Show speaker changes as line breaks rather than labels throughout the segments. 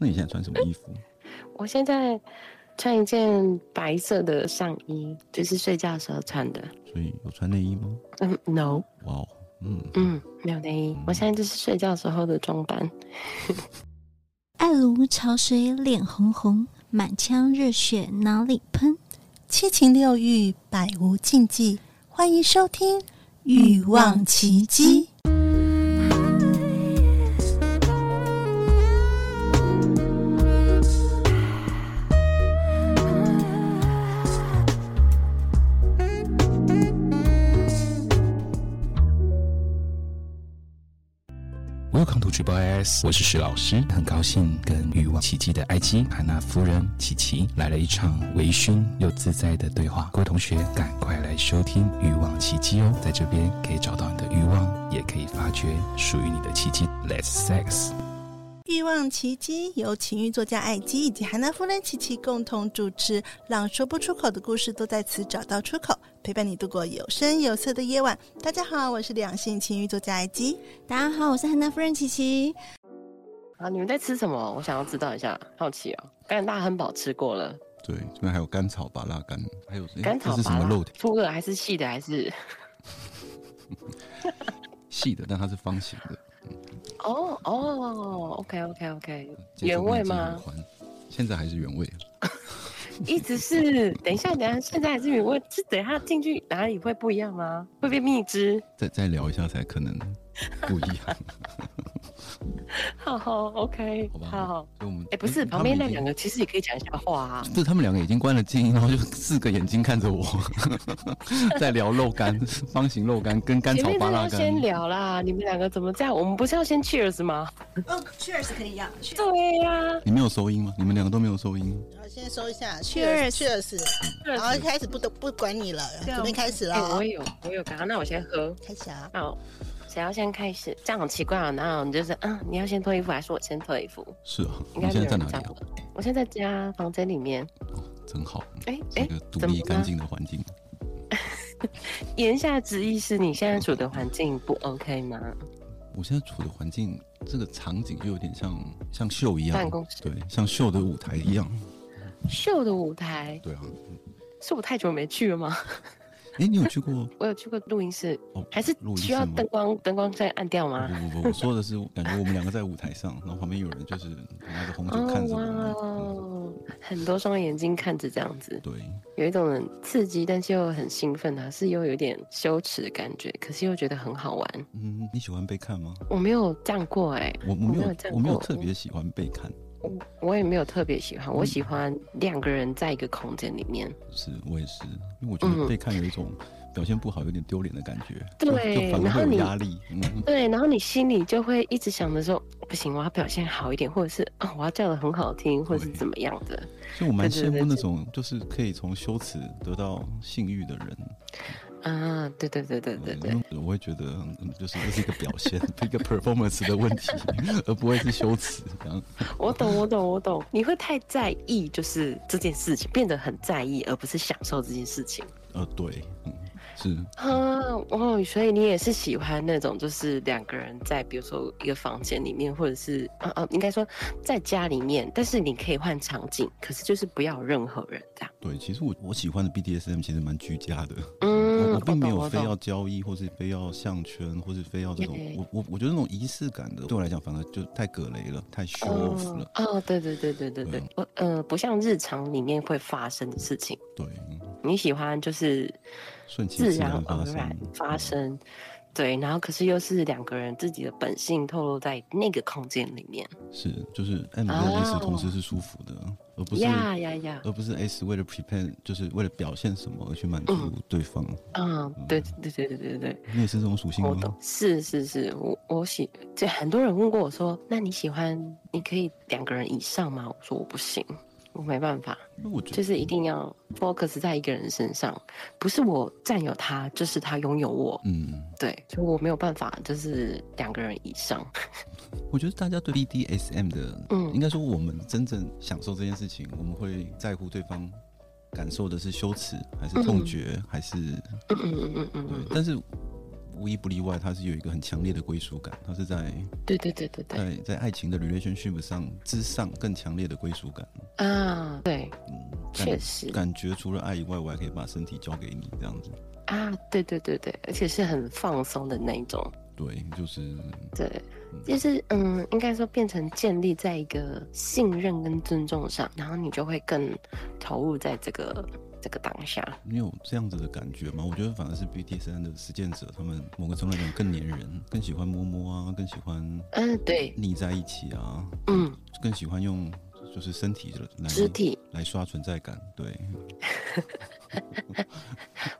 那你现在穿什么衣服？
我现在穿一件白色的上衣，就是睡觉的时候穿的。
所以有穿内衣吗？
嗯，no，
哇哦，嗯
嗯，没有内衣。我现在就是睡觉时候的装扮。
爱如潮水，脸红红，满腔热血哪里喷？
七情六欲，百无禁忌。欢迎收听《欲望奇迹》。
Welcome to Triple S，我是石老师，很高兴跟欲望奇迹的埃及海娜夫人琪琪来了一场微醺又自在的对话。各位同学，赶快来收听欲望奇迹哦，在这边可以找到你的欲望，也可以发掘属于你的奇迹。Let's sex。
欲望奇迹由情欲作家艾姬以及韩娜夫人琪琪共同主持，让说不出口的故事都在此找到出口，陪伴你度过有声有色的夜晚。大家好，我是两性情欲作家艾姬。
大家好，我是汉娜夫人琪琪。
啊，你们在吃什么？我想要知道一下，好奇哦。甘辣汉堡吃过了，
对，这边还有甘草拔辣干，还有诶
甘草
这是什
拔
么
辣
肉？
粗的还是细的？还是
细的，但它是方形的，
哦哦，OK OK OK，
接
原
受
味
面积
吗
很？宽？现在还是原味，啊
一直是，等一下，等一下，现在还是原味，是等一下进去哪里会不一样吗？会变蜜汁？
再再聊一下才可能不一 样，
好好，OK，
好吧？
好好。
所以我们
哎、不是，
他
旁
们已
边那
经
两个其实也可以讲一下话啊。
不是，他们两个已经关了静音，然后就四个眼睛看着我， 在聊肉干、 方形肉干跟甘
前
草
面
巴
真的
拉
要先
干。
聊啦，你们两个怎么这样？我们不是要先 cheers 吗？
哦、c h e e r s 可以呀、
对呀、
你没有收音吗？你们两个都没有收音，
然后先收一下
Cheers
，Cheers，Cheers，然后开始不得不管你了，准备开始了
哎、我
哦，
有，我有刚，那我先喝。
开始啊！
那我谁要先开始？这样很奇怪啊。然后你就是，嗯，你要先脱衣服还是我先脱衣服？
是啊。
应
你
该
现
没
在在
有
哪
人
里
这
啊
样？吧？我现在在家房间里面。
真好，
哎、
是
哎、
一个独
怎么
立干
了？
净的环境。
言下之意是你现在处的环境不 OK 吗？
我现在处的环境，这个场景就有点像像秀一样，
办公室
对，像秀的舞台一样。
秀的舞台
对啊，
是我太久没去了吗？
哎、你有去过？
我有去过录音室，
哦，
还是
录音
需要
室吗哦
灯？光灯光再暗掉吗？
不不不，我说的是，感觉我们两个在舞台上，然后旁边有人就是拿着红酒看着我们。嗯
哦，很多双眼睛看着这样子，
对，
有一种很刺激，但是又很兴奋啊，是又有点羞耻的感觉，可是又觉得很好玩。
嗯，你喜欢被看吗？
我没有这样过哎、
我我
我
没
没有
有
这，样
我没有
过
特别喜欢被看，
我我也没有特别喜
嗯
欢，我喜欢两个人在一个空间里面。
是我也是，因为我觉得
嗯
被看有一种表现不好、有点丢脸的感觉，就
对
就反而
然后
会有
你
压力。嗯，
对，然后你心里就会一直想着说，不行，我要表现好一点，或者是啊、我要叫的很好听，或者是
对
怎么样的。
所以我蛮
对
羡
对
慕那
对
种就是可以从羞耻得到性欲的人。
啊，对对对对对
嗯
对，
因为我会觉得，嗯就是这是一个表现， 一个 performance 的问题， 而不会是羞耻。这样
我懂，我懂，我懂。你会太在意，就是这件事情，变得很在意，而不是享受这件事情。
呃，对，嗯，是，
啊，哦，所以你也是喜欢那种，就是两个人在，比如说一个房间里面，或者是啊啊，应该说在家里面，但是你可以换场景，可是就是不要有任何人这样。
对。其实我我喜欢的 BDSM 其实蛮居家的，
嗯，
我我并没
懂
有
我
非
懂
要交易，或是非要项圈，或是非要这种
对。
我我我觉得那种仪式感的，对我来讲反而就太葛雷了，太 show off 了。
哦，哦对对对对对对
对啊，
我呃，不像日常里面会发生的事情，
对，嗯
你喜欢就是
顺其
自
自
然
然
而
发生。
然
嗯
发生，对，然后可是又是两个人自己的本性透露在那个空间里面，
是，就是 M 跟
哦
S 同时是舒服的，而不是
呀呀呀，
而不是 S 为了 prepare，就是为了表现什么而去满足对方。
嗯，对对对对对对
你也是这种属性
对，我懂
吗？，
嗯是是是，我我喜，就很多人问过我说，那你喜欢你可以两个人以上吗？我说我不行，我没办法，
那我觉
就
得
是一定要 focus 在一个人身上，不是我占有他，就是他拥有我。
嗯，
对，就我没有办法，就是两个人以上。
我觉得大家对 BDSM 的，
嗯
应该说我们真正享受这件事情，我们会在乎对方
嗯
感受的是羞耻，还是痛觉，还是
嗯嗯嗯嗯嗯
对。但是无一不例外，它是有一个很强烈的归属感，它是在
对对对对对
在在爱情的 relationship 上之上更强烈的归属感。
啊，对，
嗯，感
确实
感觉除了爱以外，我还可以把身体交给你这样子。
啊，对对对对，而且是很放松的那一种，
对，就是
对，就是嗯，应该说变成建立在一个信任跟尊重上，然后你就会更投入在这个这个当下。
你有这样子的感觉吗？我觉得反而是 BDSM 的实践者，他们某个程度来讲更粘人，更喜欢摸摸啊，更喜欢
嗯，对，
腻在一起啊，
嗯，
更喜欢用就是身体的来
肢体，
来刷存在感。对，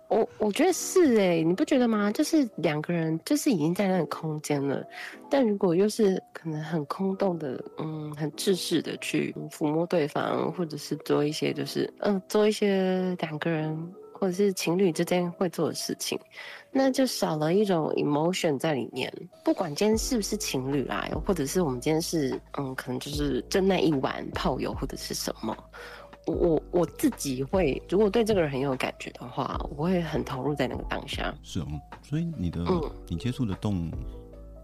我我觉得是哎、你不觉得吗？就是两个人就是已经在那个空间了，但如果又是可能很空洞的，嗯，很自私的去抚摸对方，或者是做一些就是嗯，做一些两个人或者是情侣之间会做的事情，那就少了一种 emotion 在里面。不管今天是不是情侣啦，或者是我们今天是嗯，可能就是就那一晚炮友或者是什么，我我我自己会，如果对这个人很有感觉的话，我会很投入在那个当下。
是哦。所以你的、
嗯
你接触的动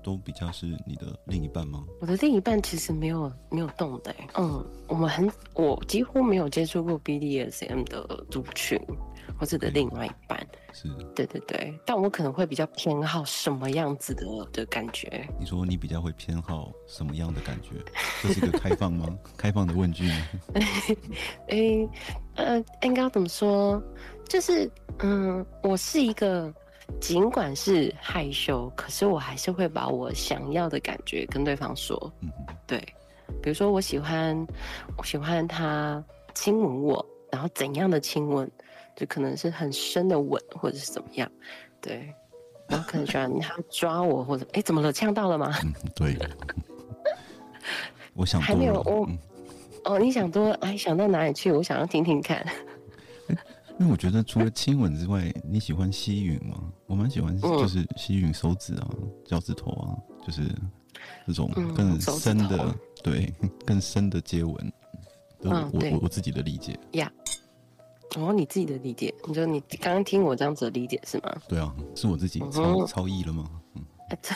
都比较是你的另一半吗？
我的另一半其实没有没有动的、欸，嗯，我们很我几乎没有接触过 BDSM 的族群或者的另外一半，
是，
对对对，但我可能会比较偏好什么样子的的感觉，
你说你比较会偏好什么样的感觉？这是一个开放吗？ 开放的问句吗？
诶、呃，应该要怎么说？就是，嗯，我是一个，尽管是害羞，可是我还是会把我想要的感觉跟对方说。
嗯哼，
对，比如说我喜欢，我喜欢他亲吻我，然后怎样的亲吻，就可能是很深的吻，或者是怎么样，对。然后可能喜 欢他抓我，或者哎，怎么了？呛到了吗？
嗯，对。我想
还
多
没有
了。
我
嗯
哦，你想多哎，想到哪里去？我想要听听看。
因为我觉得除了亲吻之外，你喜欢吸吮吗？我蛮喜
嗯
欢，就是吸吮手指啊、脚趾头啊，就是这种
嗯
更
手指
深的，
头
对，更深的接吻。这是
嗯
我
对
我我自己的理解，
然后哦你自己的理解，你说你刚刚听我这样子的理解是吗？
对啊，是我自己
嗯
超、超意了吗？嗯，
啊对，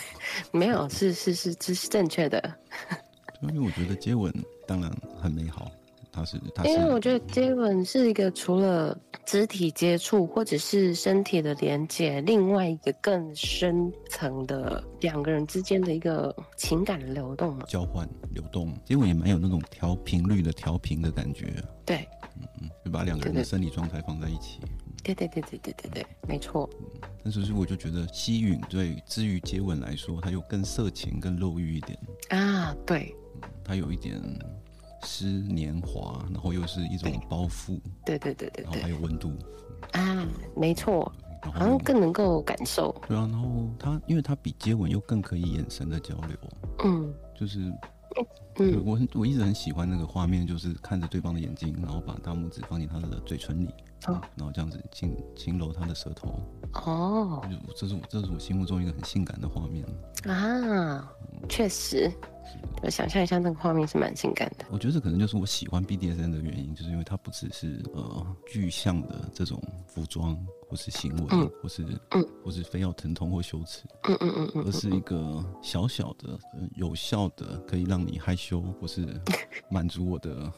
没有，是是是，这是正确的。
对啊因为我觉得接吻当然很美好，它是它是
因为我觉得接吻是一个除了肢体接触或者是身体的连接，另外一个更深层的两个人之间的一个情感的流动嘛。
交换流动，接吻也蛮有那种调频率的调频的感觉，
对，
嗯，就把两个人
对
的
对
生理状态放在一起。
对对对对对对对，没错。
但是是我就觉得吸吮对至于接吻来说，它又更色情、更肉欲一点，
啊，对
它有一点湿黏滑，然后又是一种
对
包覆，
对对对对
然后哦还
对
有哦温度，
啊，没错，
然
好像
后
更能够感受。
对啊，然后它因为它比接吻又更可以眼神的交流，
嗯
就是
嗯
我很我一直很喜欢那个画面，就是看着对方的眼睛，然后把大拇指放进他的嘴唇里，啊
哦
然后这样子轻轻揉他的舌头，
哦
就这是我这是我心目中一个很性感的画面。
啊，确实，我想象一下那个画面是蛮性感的。
我觉得这可能就是我喜欢 BDSN 的原因，就是因为它不只是呃具象的这种服装或是行为，
嗯
或是、
嗯
或是非要疼痛或羞耻，
嗯嗯嗯嗯
而是一个小小的、呃有效的，可以让你害羞或 是满足我的，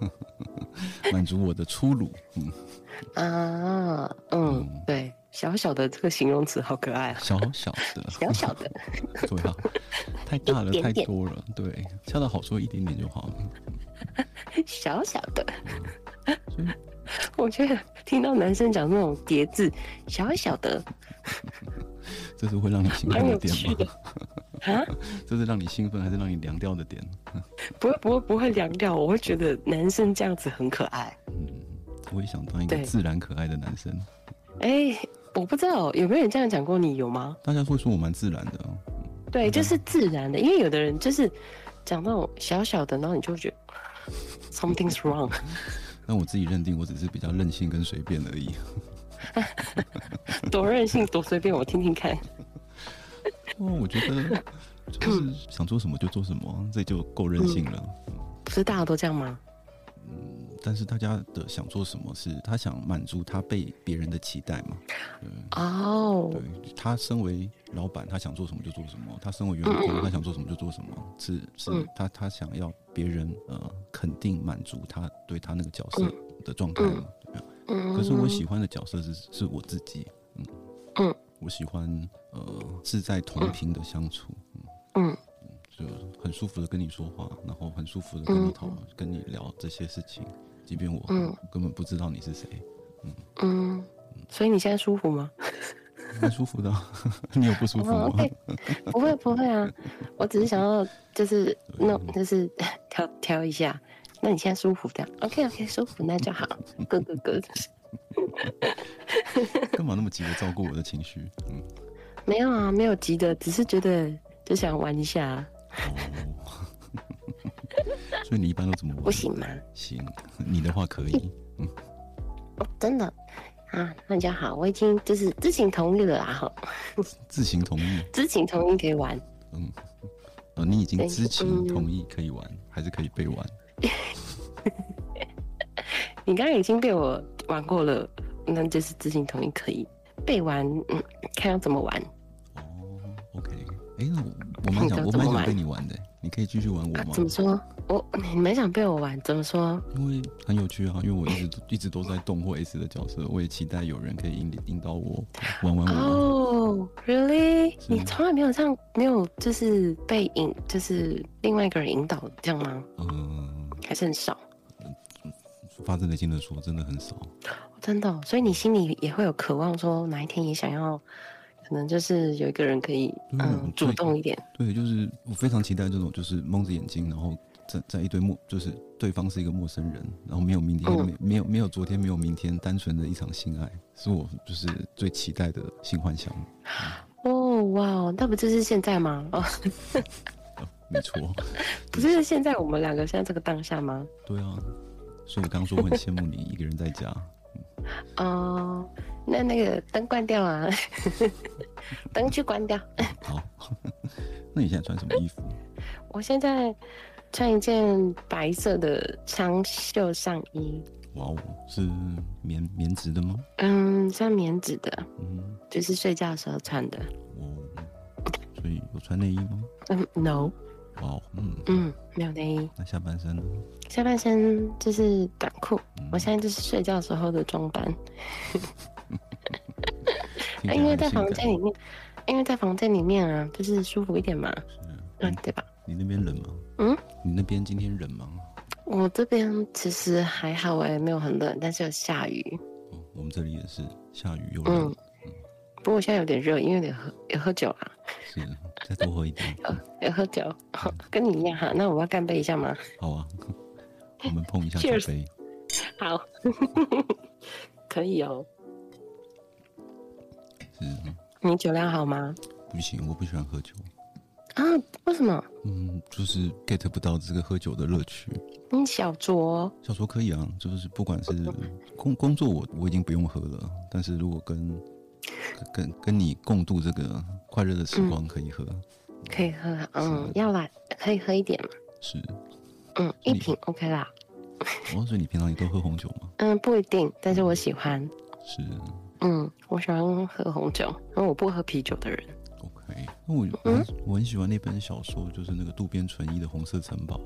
呃 满足我的粗鲁。嗯，
啊，嗯，对，小小的这个形容词好可爱啊，
小小的，
小小 的，
对啊，太大了，
一点
太
点
多了，对，恰到好处，一点点就好了。
小小的
所以。
我觉得听到男生讲那种叠字，小小的
这是会让你兴奋
蛮
的
有
点
趣
吗
的？哎啊，
这是让你兴奋还是让你凉掉的点？
不会不会不会凉掉，我会觉得男生这样子很可爱。
嗯，我也想当一个
对
自然可爱的男生。
哎，我不知道有没有人这样讲过你，有吗？
大家会说我蛮自然的，啊
对，就是自然的，因为有的人就是讲那种小小的，然后你就会觉得 something's wrong。
但我自己认定我只是比较任性跟随便而已。
多任性，多随便，我听听看。
哦，我觉得就是啊想做什么就做什么，这就够任性了。
不是大家都这样吗？
但是大家的想做什么是他想满足他被别人的期待嘛？
哦，
对他身为老板，他想做什么就做什么；他身为员工，他想做什么就做什么。是是
嗯，
他他想要别人呃肯定满足他对他那个角色的状态嘛？对啊
嗯，
可是我喜欢的角色是是我自己，嗯
嗯，
我喜欢呃自在同频的相处，嗯。
嗯
就很舒服的跟你说话，然后很舒服的跟你
嗯
讨、跟你聊这些事情，即便我
嗯
根本不知道你是谁，
嗯，所以你现在舒服吗？
蛮舒服的啊、 你有不舒服吗？
哦，OK 不会不会啊，我只是想要就是弄就是 挑挑一下。那你现在舒服的？OK OK，舒服那就好。Good good good。
干嘛那么急着照顾我的情绪？嗯，
没有啊，没有急的，只是觉得就想玩一下啊，
哦， 所以你一般都怎么玩？
不行吗？
行，你的话可以。
哦，真的啊，那就好。我已经就是知情同意了啦，哈，
自行同意，
知情同意可以玩，
呃，你已经
对
知情
嗯
同意可以玩，还是可以被玩？
你刚刚已经被我玩过了，那就是知情同意可以被玩，嗯，看要怎么玩。
哦，OK，哎、那我我蛮
看
想
要
我
怎
蛮
么
想
玩
被你玩的，你可以继续玩我
啊
吗？
怎么说？我你蛮想被我玩，怎么说？
因为很有趣啊，因为我一直都一直都在动或 S 的角色，我也期待有人可以引引导我玩玩我。
哦、r e a l l y
是
你从来没有这样，没有就是被引，就是另外一个人引导这样吗？
嗯、
还是很少，
发自内心的说，真的很少。
真的哦、所以你心里也会有渴望，说哪一天也想要，可能就是有一个人可以
嗯我
嗯主
最
动一点。
对，就是我非常期待这种，就是蒙着眼睛，然后在在一堆陌，就是对方是一个陌生人，然后没有明天，
嗯
没没有没有昨天，没有明天，单纯的一场性爱，是我就是最期待的性幻想。
哦，哇哦，那不就是现在吗？哦，
没错，
不就是现在我们两个现在这个当下吗？
对啊，所以我刚刚说我很羡慕你一个人在家，
哦，那那个灯关掉啊， 灯去关掉。
好， 那你现在穿什么衣服？
我现在穿一件白色的长袖上衣，
哇哦，是棉棉质的吗？
嗯，像棉质的，
嗯，
就是睡觉的时候穿的。
我所以有穿内衣吗？
嗯，no，
哇哦，嗯，
嗯，没有内衣，
那下半身呢？
下半身就是短裤。
嗯
我现在就是睡觉时候的装扮，哎
听起来
因为
很
在
性
房
感
间里面，因为在房间里面啊，就是舒服一点嘛，
是
嗯，对吧？
你那边冷吗？
嗯，
你那边今天冷吗？
我这边其实还好哎、没有很冷，但是有下雨。
哦，我们这里也是下雨又冷，
嗯，不过我现在有点热，因为有点喝有喝酒啊，
是再多喝一 点，
有喝酒，跟你一样哈、那我要干杯一下吗？
好 啊。我们碰一下酒
Cheers
杯，
好， 可以哦。
是嗯
你酒量好吗？
不行，我不喜欢喝酒。
啊，为什么？
嗯，就是 get 不到这个喝酒的乐趣。
你小酌哦、
小说可以啊，就是不管是工工作我我已经不用喝了，但是如果跟跟跟你共度这个快乐的
嗯
时光可以喝，
可以喝啊，嗯
是，
要啦，可以喝一点嘛，
是。
嗯，
你
一瓶 OK 啦，
哦，所以你平常也都喝红酒吗？
嗯，不一定，但是我喜欢，
是
嗯，我喜欢喝红酒，因为我不喝啤酒的人。
OK。那我
嗯
我很我很喜欢那本小说，就是那个渡边淳一的《红色城堡》。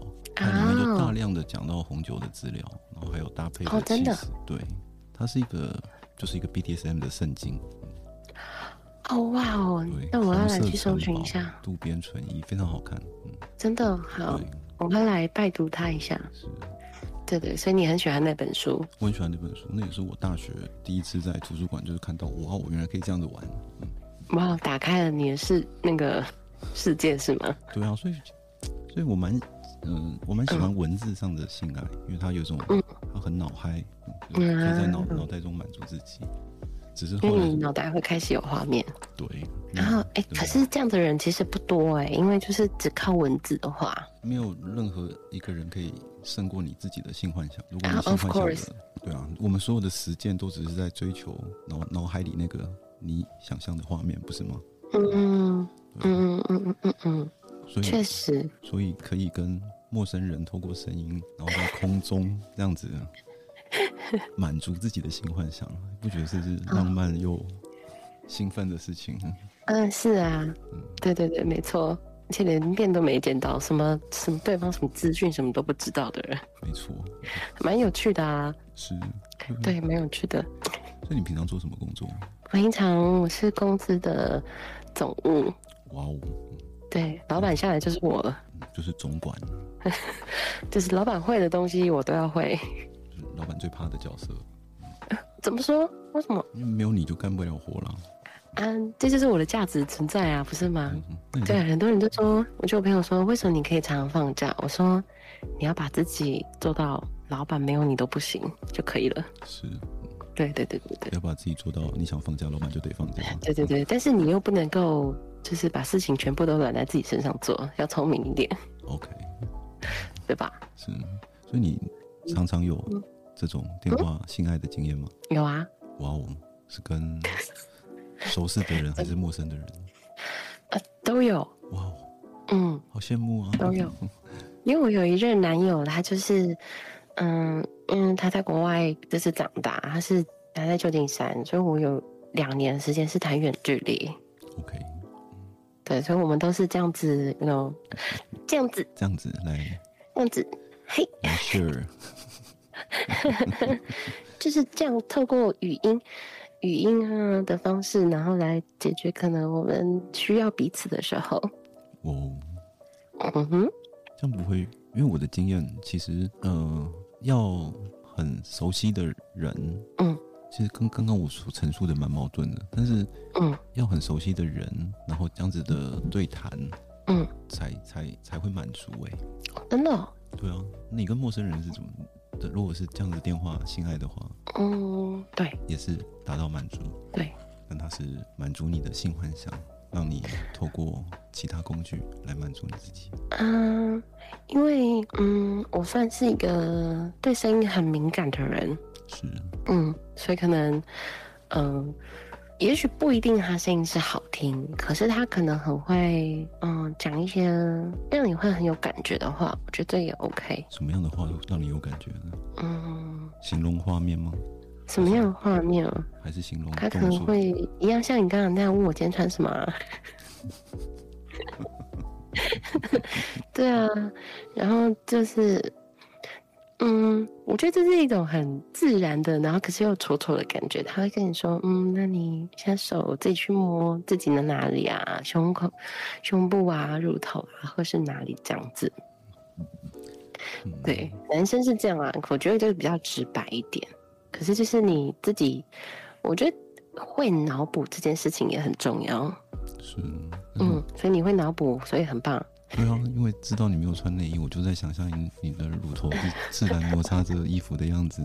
啊
它里面就大量的讲到红酒的资料，然后还有搭配
哦
气
真的
质，对，它是一个就是一个 BDSM 的圣经，
哦哇哦
对，，
那我要
红
来
色
去搜
城
寻
堡
一下，
渡边淳一非常好看，
真的好
嗯，，对，
我会来拜读他一下。
是，
对对，所以你很喜欢那本书，
我很喜欢那本书，那也是我大学第一次在图书馆就是看到，哇，我原来可以这样子玩，
哇，打开了你的世那个世界是吗？
对啊，所以，所以我蛮，嗯、我蛮喜欢文字上的性爱，因为它有一种，它很脑嗨，嗯就是可以在脑
嗯
脑袋中满足自己，只是
因
后
为你
来
脑袋会开始有画面，
对，嗯
然后哎、
对
可是这样的人其实不多哎、因为就是只靠文字的话，
没有任何一个人可以胜过你自己的性幻想。如果你
啊
性
，of
幻想的
course
对啊，我们所有的实践都只是在追求脑脑海里那个你想象的画面，不是吗？
嗯嗯
对啊
嗯嗯嗯嗯嗯，
所以
确实，
所以可以跟陌生人透过声音，然后在空中这样子 满足自己的性幻想，不觉得这是浪漫又兴奋的事情？
嗯，是啊，对对对，没错。而且连面都没见到，什么什么对方什么资讯什么都不知道的人，
没错，
蛮有趣的啊。
是。
对，蛮有趣的。
所以你平常做什么工作？
平常我是公司的总务，
哇哦，
对，老板下来就是我了，
嗯就是总管，
就是老板会的东西我都要会。
就是老板最怕的角色，
怎么说？为什么？
因为没有你就干不了活了。
嗯，这就是我的价值存在啊，不是吗？
嗯哼，那你
对，
在
很多人就说，我就有朋友说，为什么你可以常常放假？我说，你要把自己做到老板没有你都不行就可以了。
是
对对对对对
要把自己做到，你想放假，老板就得放假。
对对对，但是你又不能够就是把事情全部都揽在自己身上做，要聪明一点，
，OK，
对吧？
是。所以你常常有这种电话
嗯
性爱的经验吗？
有啊，
哇哦，是 跟熟识的人还是陌生的人？
呃，都有，
哇哦，
嗯，
好羡慕啊！
都有因为我有一任男友，他就是，嗯嗯，他在国外就是长大，他是他在旧金山，所以我有两年的时间是谈远距离，
OK，
对，所以我们都是这样子，那种这样子，
这样子来
这样子，嘿，
来 share，
就是这样透过语音、语音啊的方式，然后来解决可能我们需要彼此的时候，
哇哦。
嗯哼，
这样不会，因为我的经验其实，呃，要很熟悉的人，
嗯，
其实跟刚刚我所陈述的蛮矛盾的，但是
嗯
要很熟悉的人，然后这样子的对谈
嗯，
才才才会满足哎、
真的哦、
对啊，那你跟陌生人是怎么的？如果是这样子电话性爱的话，
嗯，对
也是达到满足，
对，
但它是满足你的性幻想，让你透过其他工具来满足你自己。
嗯，因为嗯，我算是一个对声音很敏感的人，
是，
嗯，所以可能，嗯，也许不一定他声音是好听，可是他可能很会，嗯，讲一些让你会很有感觉的话，我觉得也 OK，
什么样的话让你有感觉呢？
嗯，
形容画面吗？
什么样的画面啊？
还是形容
他可
动
能
作？
会一样，像你刚刚那样问我今天穿什么、啊。 对啊，然后就是，嗯，我觉得这是一种很自然的，然后可是又楚楚的感觉。他会跟你说，嗯，那你现在手自己去摸自己的哪里啊，胸口、胸部啊、乳头啊，或是哪里这样子。
嗯
对，男生是这样啊，我觉得就是比较直白一点。可是就是你自己，我觉得会脑补这件事情也很重要。
是，
嗯
嗯，，
所以你会脑补，所以很棒。
对啊，因为知道你没有穿内衣，我就在想象你你的乳头是自然摩擦着衣服的样子。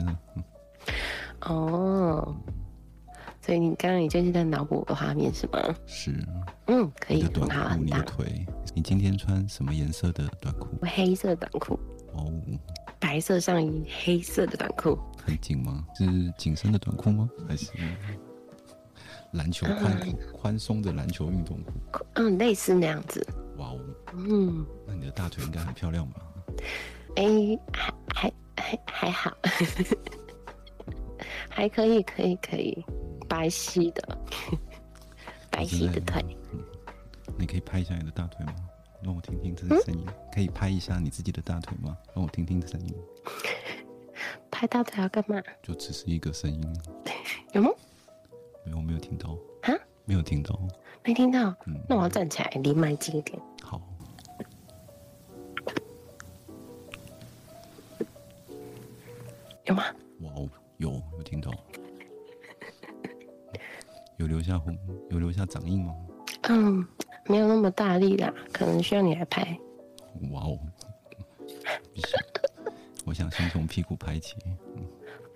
哦，所以你刚刚已经是在脑补我的画面是吗？
是，
嗯，可
你
以，
的
很好，
短裤，
很
你的
大。
腿，你今天穿什么颜色的短裤？
我黑色短裤，
哦，
白色上衣，黑色的短裤，
很紧吗？是紧身的短裤吗？还是篮球宽裤宽松的篮球运动裤？
嗯，类似那样子。
哇哦，
嗯，
那你的大腿应该很漂亮吧？
哎、还还还还好， 还可以，可以，可以，白皙的， 白皙的腿。
你可以拍一下你的大腿吗？让我听听这个声音。可以拍一下你自己的大腿吗？让我听听声音。
拍大腿要干嘛？
就只是一个声音，
有吗？
没有我没有听到
啊，
没有听到。
没哎听到。
嗯，
那我要站起来，离麦近一点。
好，
有吗？
哇哦，有有听到，有留下红，有留下掌印吗？
嗯，没有那么大力啦，可能需要你来拍。
哇哦， 不行，我想先从屁股拍起，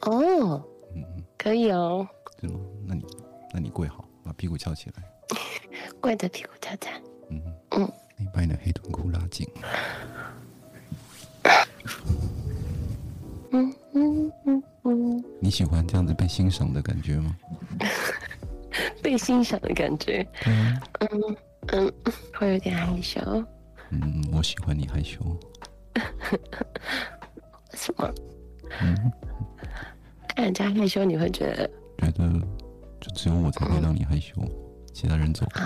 哦，
嗯
可以哦，
是吗？那你那你跪好，把屁股翘起来，
跪着屁股翘翘。
嗯
嗯，
你把你的黑臀裤拉紧，
嗯嗯嗯嗯，
你喜欢这样子被欣赏的感觉吗？
被欣赏的感觉。
对
嗯
啊，
嗯嗯，会有点害羞。
嗯，我喜欢你害羞，
什么？
嗯，
看人家害羞，你会觉得
觉得就只有我才会让你害羞，其他人走开。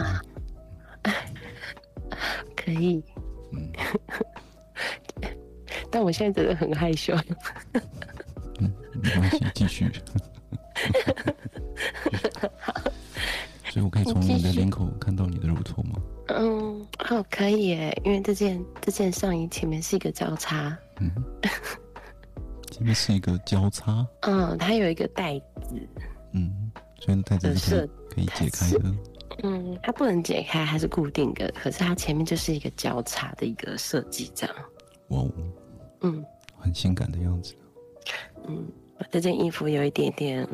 可以，
嗯
但我现在真的很害羞。
嗯，没关系，继续。所以我可以从你的领口看到你的乳头吗？
嗯，哦，可以耶，因为这件这件上衣前面是一个交叉，
嗯，前面是一个交叉，
嗯，它有一个带子，
嗯，所以袋子是可以可以解开的。
嗯，它不能解开，它是固定的，可是它前面就是一个交叉的一个设计，这样，
哇哦，
嗯
很性感的样子。
嗯，我这件衣服有一点点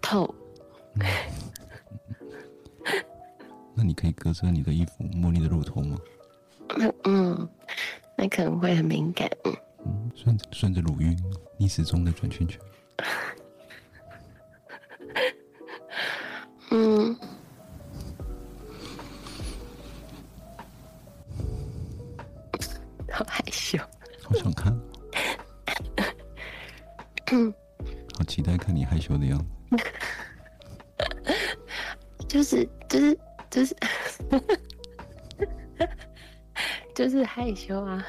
透，
那你可以隔着你的衣服摸你的乳头吗？
嗯，那可能会很敏感，嗯
嗯，顺着顺着乳晕，逆时钟的转圈圈。
嗯，好害羞，
好想看，好期待看你害羞的样子。
就是就是就是 就是害羞啊，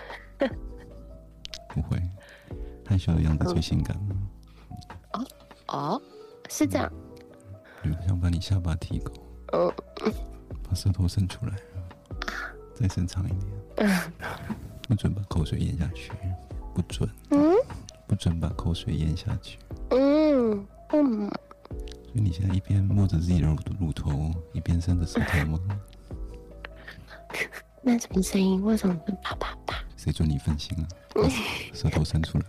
不会，害羞的样子最性感了。
哦，是这样，
我想把你下巴提高，
嗯，
把舌头伸出来，再伸长一点。不准把口水咽下去，不准。不准把口水咽下去。
嗯嗯，
所以你现在一边摸着自己的乳乳头，一边伸着舌头吗？
那什么声音？为什么是啪啪啪？
谁准你分心啊？把舌头伸出来。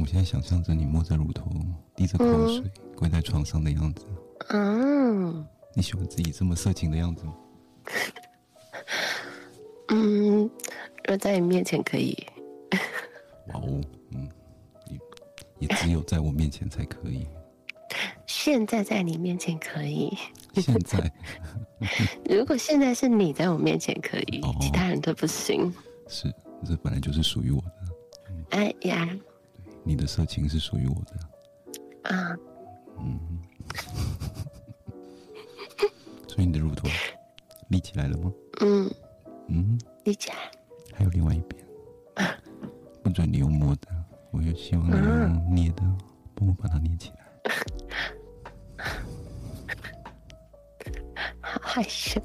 我现在想象着你摸着乳头，滴着口水，跪在床上的样子。
嗯
你喜欢自己这么色情的样子吗？
嗯，如果在你面前可以，
哇哦，嗯，也也只有在我面前才可以。
现在在你面前可以，
现在
如果现在是你在我面前可以，
哦嗯
其他人都不行。
是，这本来就是属于我的，
哎呀
你的色情是属于我的。
啊，
嗯， 所以你的乳头立起来了吗？
嗯，
嗯，
理解。
还有另外一边，不准你用摸的，我也希望你
嗯
用捏的，帮我把它捏起来。
好害羞。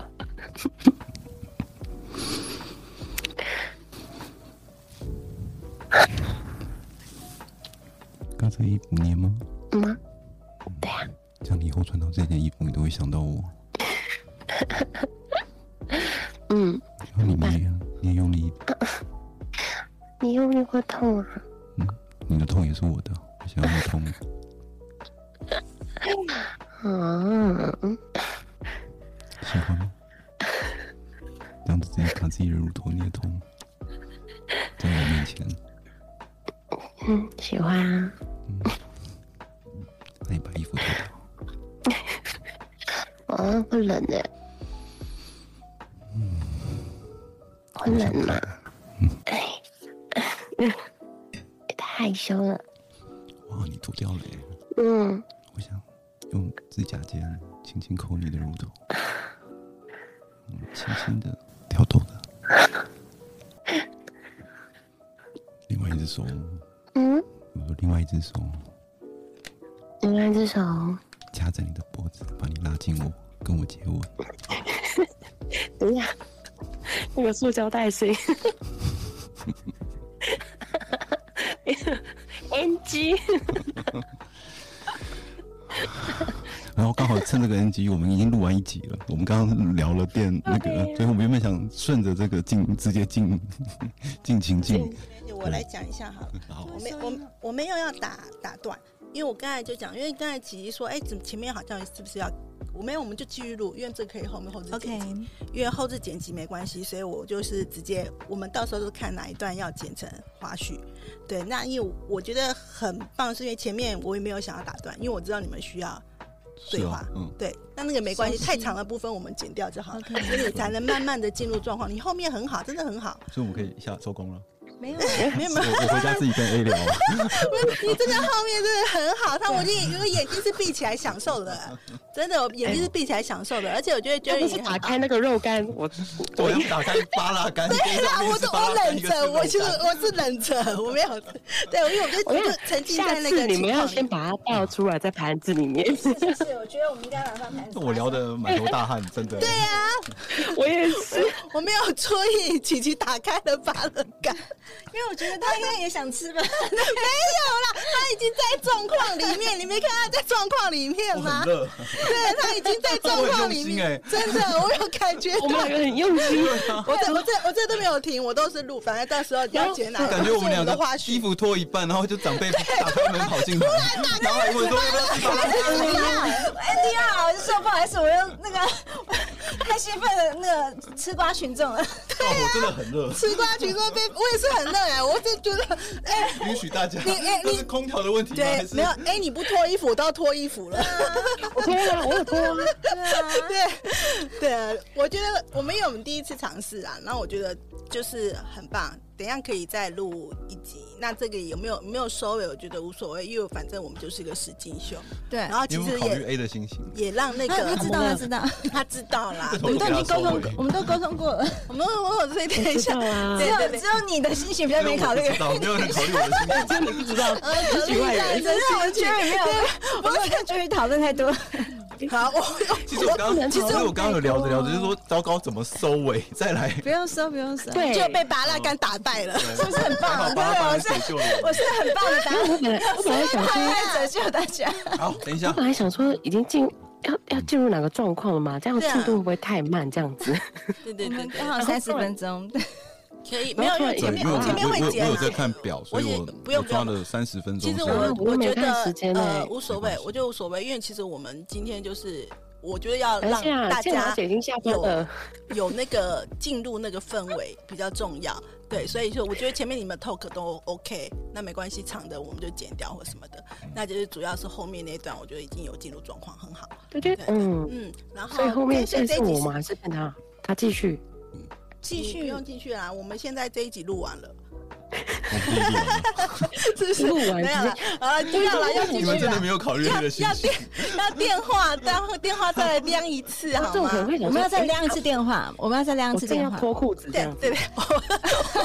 刚才衣服捏吗？
嗯，啊
这样你以后穿到这件衣服，你都会想到我。
嗯，
然后你捏啊，捏用力一点，
你用力会痛啊？
嗯，你的痛也是我的，我想要你痛。
嗯，
喜欢吗？这样子自己把自己的乳头捏痛，在我面前，
嗯，喜欢啊。
那你把衣服脱掉，
嗯，会冷的。
嗯
会冷吗？哎，太害羞了。
哇，你脱掉了耶！
嗯，
我想用指甲尖轻轻抠你的乳头，嗯，轻轻的挑逗的。另外一只手，
嗯，
我说另外一只手
你看这手，
掐着你的脖子，把你拉近我，跟我接吻。
等一下，那个塑胶袋 行。NG，
然后刚好趁这个 NG，我们已经录完一集了。我们刚刚聊了电那个，所以我们原本想顺着这个进直接进 进情境。
我来讲一下好了。
嗯好，
我没我我没有要打打断，因为我刚才就讲，因为刚才琪琪说，哎，怎么前面好像是不是要？我没有，我们就继续录，因为这可以后面后置剪辑
OK，
因为后置剪辑没关系，所以我就是直接，我们到时候就看哪一段要剪成花絮。对，那因为我觉得很棒，是因为前面我也没有想要打断，因为我知道你们需要对话。
是啊嗯，
对，那那个没关系，
熟悉
太长的部分我们剪掉就好了，
OK
所以你才能慢慢的进入状况。你后面很好，真的很好，
所以我们可以下收工了。
没有啊没有
我
没有，
我回家自己跟 A 聊。啊
你真的后面真的很好，他我就因为眼睛是闭起来享受的，真的我眼睛是闭起来享受的，而且我觉得
要
Jerry
不是
也
打
很好
开那个肉干， 我
我要打开巴拉干。对
对啦，啊 我都我忍着，我其实我是忍着，我没有，对，因为我就
我
就
要
沉浸
下
在那个
次你
情
们要
况
先
里。
把它倒出来在盘子里面。
是，我觉得我们应该把饭盘
我聊的满头大汗，真的。
对啊，
我也 是，
我没有注意，琪琪打开了巴乐感，因为我觉得他应该也想吃吧。没有啦，他已经在状况里面，你没看他在状况里面
我
吗
很？热，
对他已经在状况里
我很
面
用，
真的，我有感觉
我
到。
们两个很用 心。
我这我这我这都没有停，我都是录，反正到时候你要剪哪个，
感觉我们两
的
个
花
衣
絮。
服脱一半，然后就长 辈打开门跑进来，然后还问说要不要吃巴拉干。
哎，你好，我是说不好意思，我又那个 太兴奋了，那个吃瓜群众了。
哦，我真的很热，
吃瓜群众被我也是很热哎、我就觉得哎、
允许大家
你哎。你
这是空调的问题吗？还
对，
是
没有哎、你不脱衣服，我都要脱衣服了。
我脱了，我有脱 啊。
对对，我觉得我们因为我们第一次尝试啊，然后我觉得就是很棒。等一下可以再录一集，那这个有没有有没有收尾？我觉得无所谓，因为反正我们就是一个实境秀。
对
然，后
哎你
其
有没有
实
考虑
也
A 的心情？
也让那
他
个
他啊知道，他知道，
他知道啦。
我们都
我给
已经沟
他收回
通，我们都沟通过了，
我们我有这一点
知
想
道啊
只，
对
有
对
只有你的心情比较没考虑。
没有人知道，没有人考虑我的心情。
这你不知道，你是局外人。
真是我觉得没有，我没有跟 j e 讨论太多。
好，我
其实我刚
不能
刚，其实
讨论
我刚刚有聊着聊着，就是说糟糕，怎么收尾？再来，
不用说，不用说，
对，
就被拔蜡杆打败了。
是
不是很 棒啊
把
对
把
我
你
是
解救了我。
我是很棒的答
我 本来我本来想
案，
说，
爱拯救大家。
好，等一
我
下，
本来想说已经进。要要进入哪个状况了吗？这样
对啊
进度会不会太慢？这样子，
对对对
我们
对
刚好三十分钟，
可以，没
然
有
后
因为
突
对，嗯因
然
前面
为我
前面
我
会
我
剪
我有
啊
在看表，所以
也
我
不用
我抓了三十分钟
其
是吧。
实我
啊我
我
没
觉
看
得
时间
呃
欸
无所谓，我觉得无所谓，因为其实我们今天就是我觉得要
而
让
且啊，
大
建老
家
姐已经下班
有
了，
有那个进入那个氛围比较重要。对，所以就我觉得前面你们 talk 都 OK，那没关系，长的我们就剪掉或什么的。那就是主要是后面那一段，我觉得已经有进入状况，很好。
对对，嗯，
嗯，然后
所以后面现
但
在
这
是
一集
我吗？还是看他？他继续，
你
继
不
续。
用继续啦，我们现在这一集录完了，
我们第一轮了
是不是？
录完
没有了
直，
啊，不要了，要继
你
续
们真的
了
没。有考虑
要
这个心
要
情
电。要电话，当电话再来亮一次好
哦这种可能
吗？
会想
我们要
说，
再
哎
亮一次电话，我们要再亮一
我
次
正要
电话。
脱裤子这
对
样子
对。对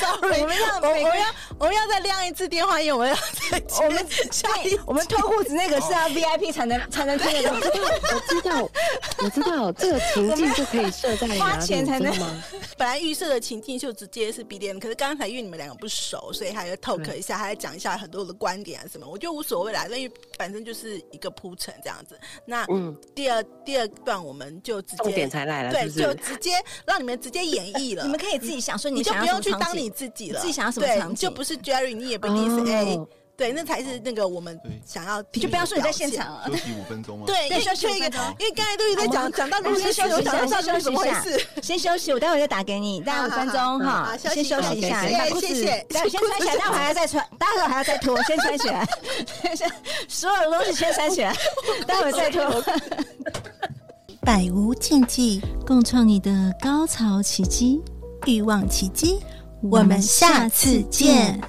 ，sorry，
我们让
我
每个
我要我们要再亮一次电话，因为我们要 再接
我们
下一集
我们脱裤子那个是要 VIP 才能才能听得到。
我知道，我知道这个情境就可以设在哪
花
里，
钱
你
才
知道
能
吗？
本来预设的情境就直接是 BDM，可是刚才因为你们两个不熟，所以还要 talk
对
一下，还要讲一下很多的观点啊什么，我觉得无所谓啦，因为反正就是一个铺陈这样子。那
嗯，
第二第二段我们就直
重
接
点才来了，
对，
是不？
就是直接让你们直接演绎了
你。们可以自己想说
你
你
就
想
不
要
用去
什么场
当你
景，
自己了，
自己想要什么
对
场景
你就不是 Jerry，你也不一
哦
定是哎 A，、对，那才是那个我们
对
想要
你
听的表现。
就不要说你在现场啊了
休。息五分钟吗？，
对，因
对
为
休息
就一个
五分钟，
因为刚才都一直在讲讲到
我
卢
们
先
先
生，
休息
我
一
想
下，
到
先
底
休
怎
息
么
一
回
下
事？，
先休息，我待会就打给你，大
好好
概五分钟
好
哈
好，
先休息一下，
好
你把
谢
裤
谢
子
谢谢。
待会先穿起来，待会还要再穿，待会还要再脱，先穿起 来，所有的东西先穿起来，待会再脱。
百无禁忌，
共创你的高潮奇迹。
欲望奇迹。
我们下次见。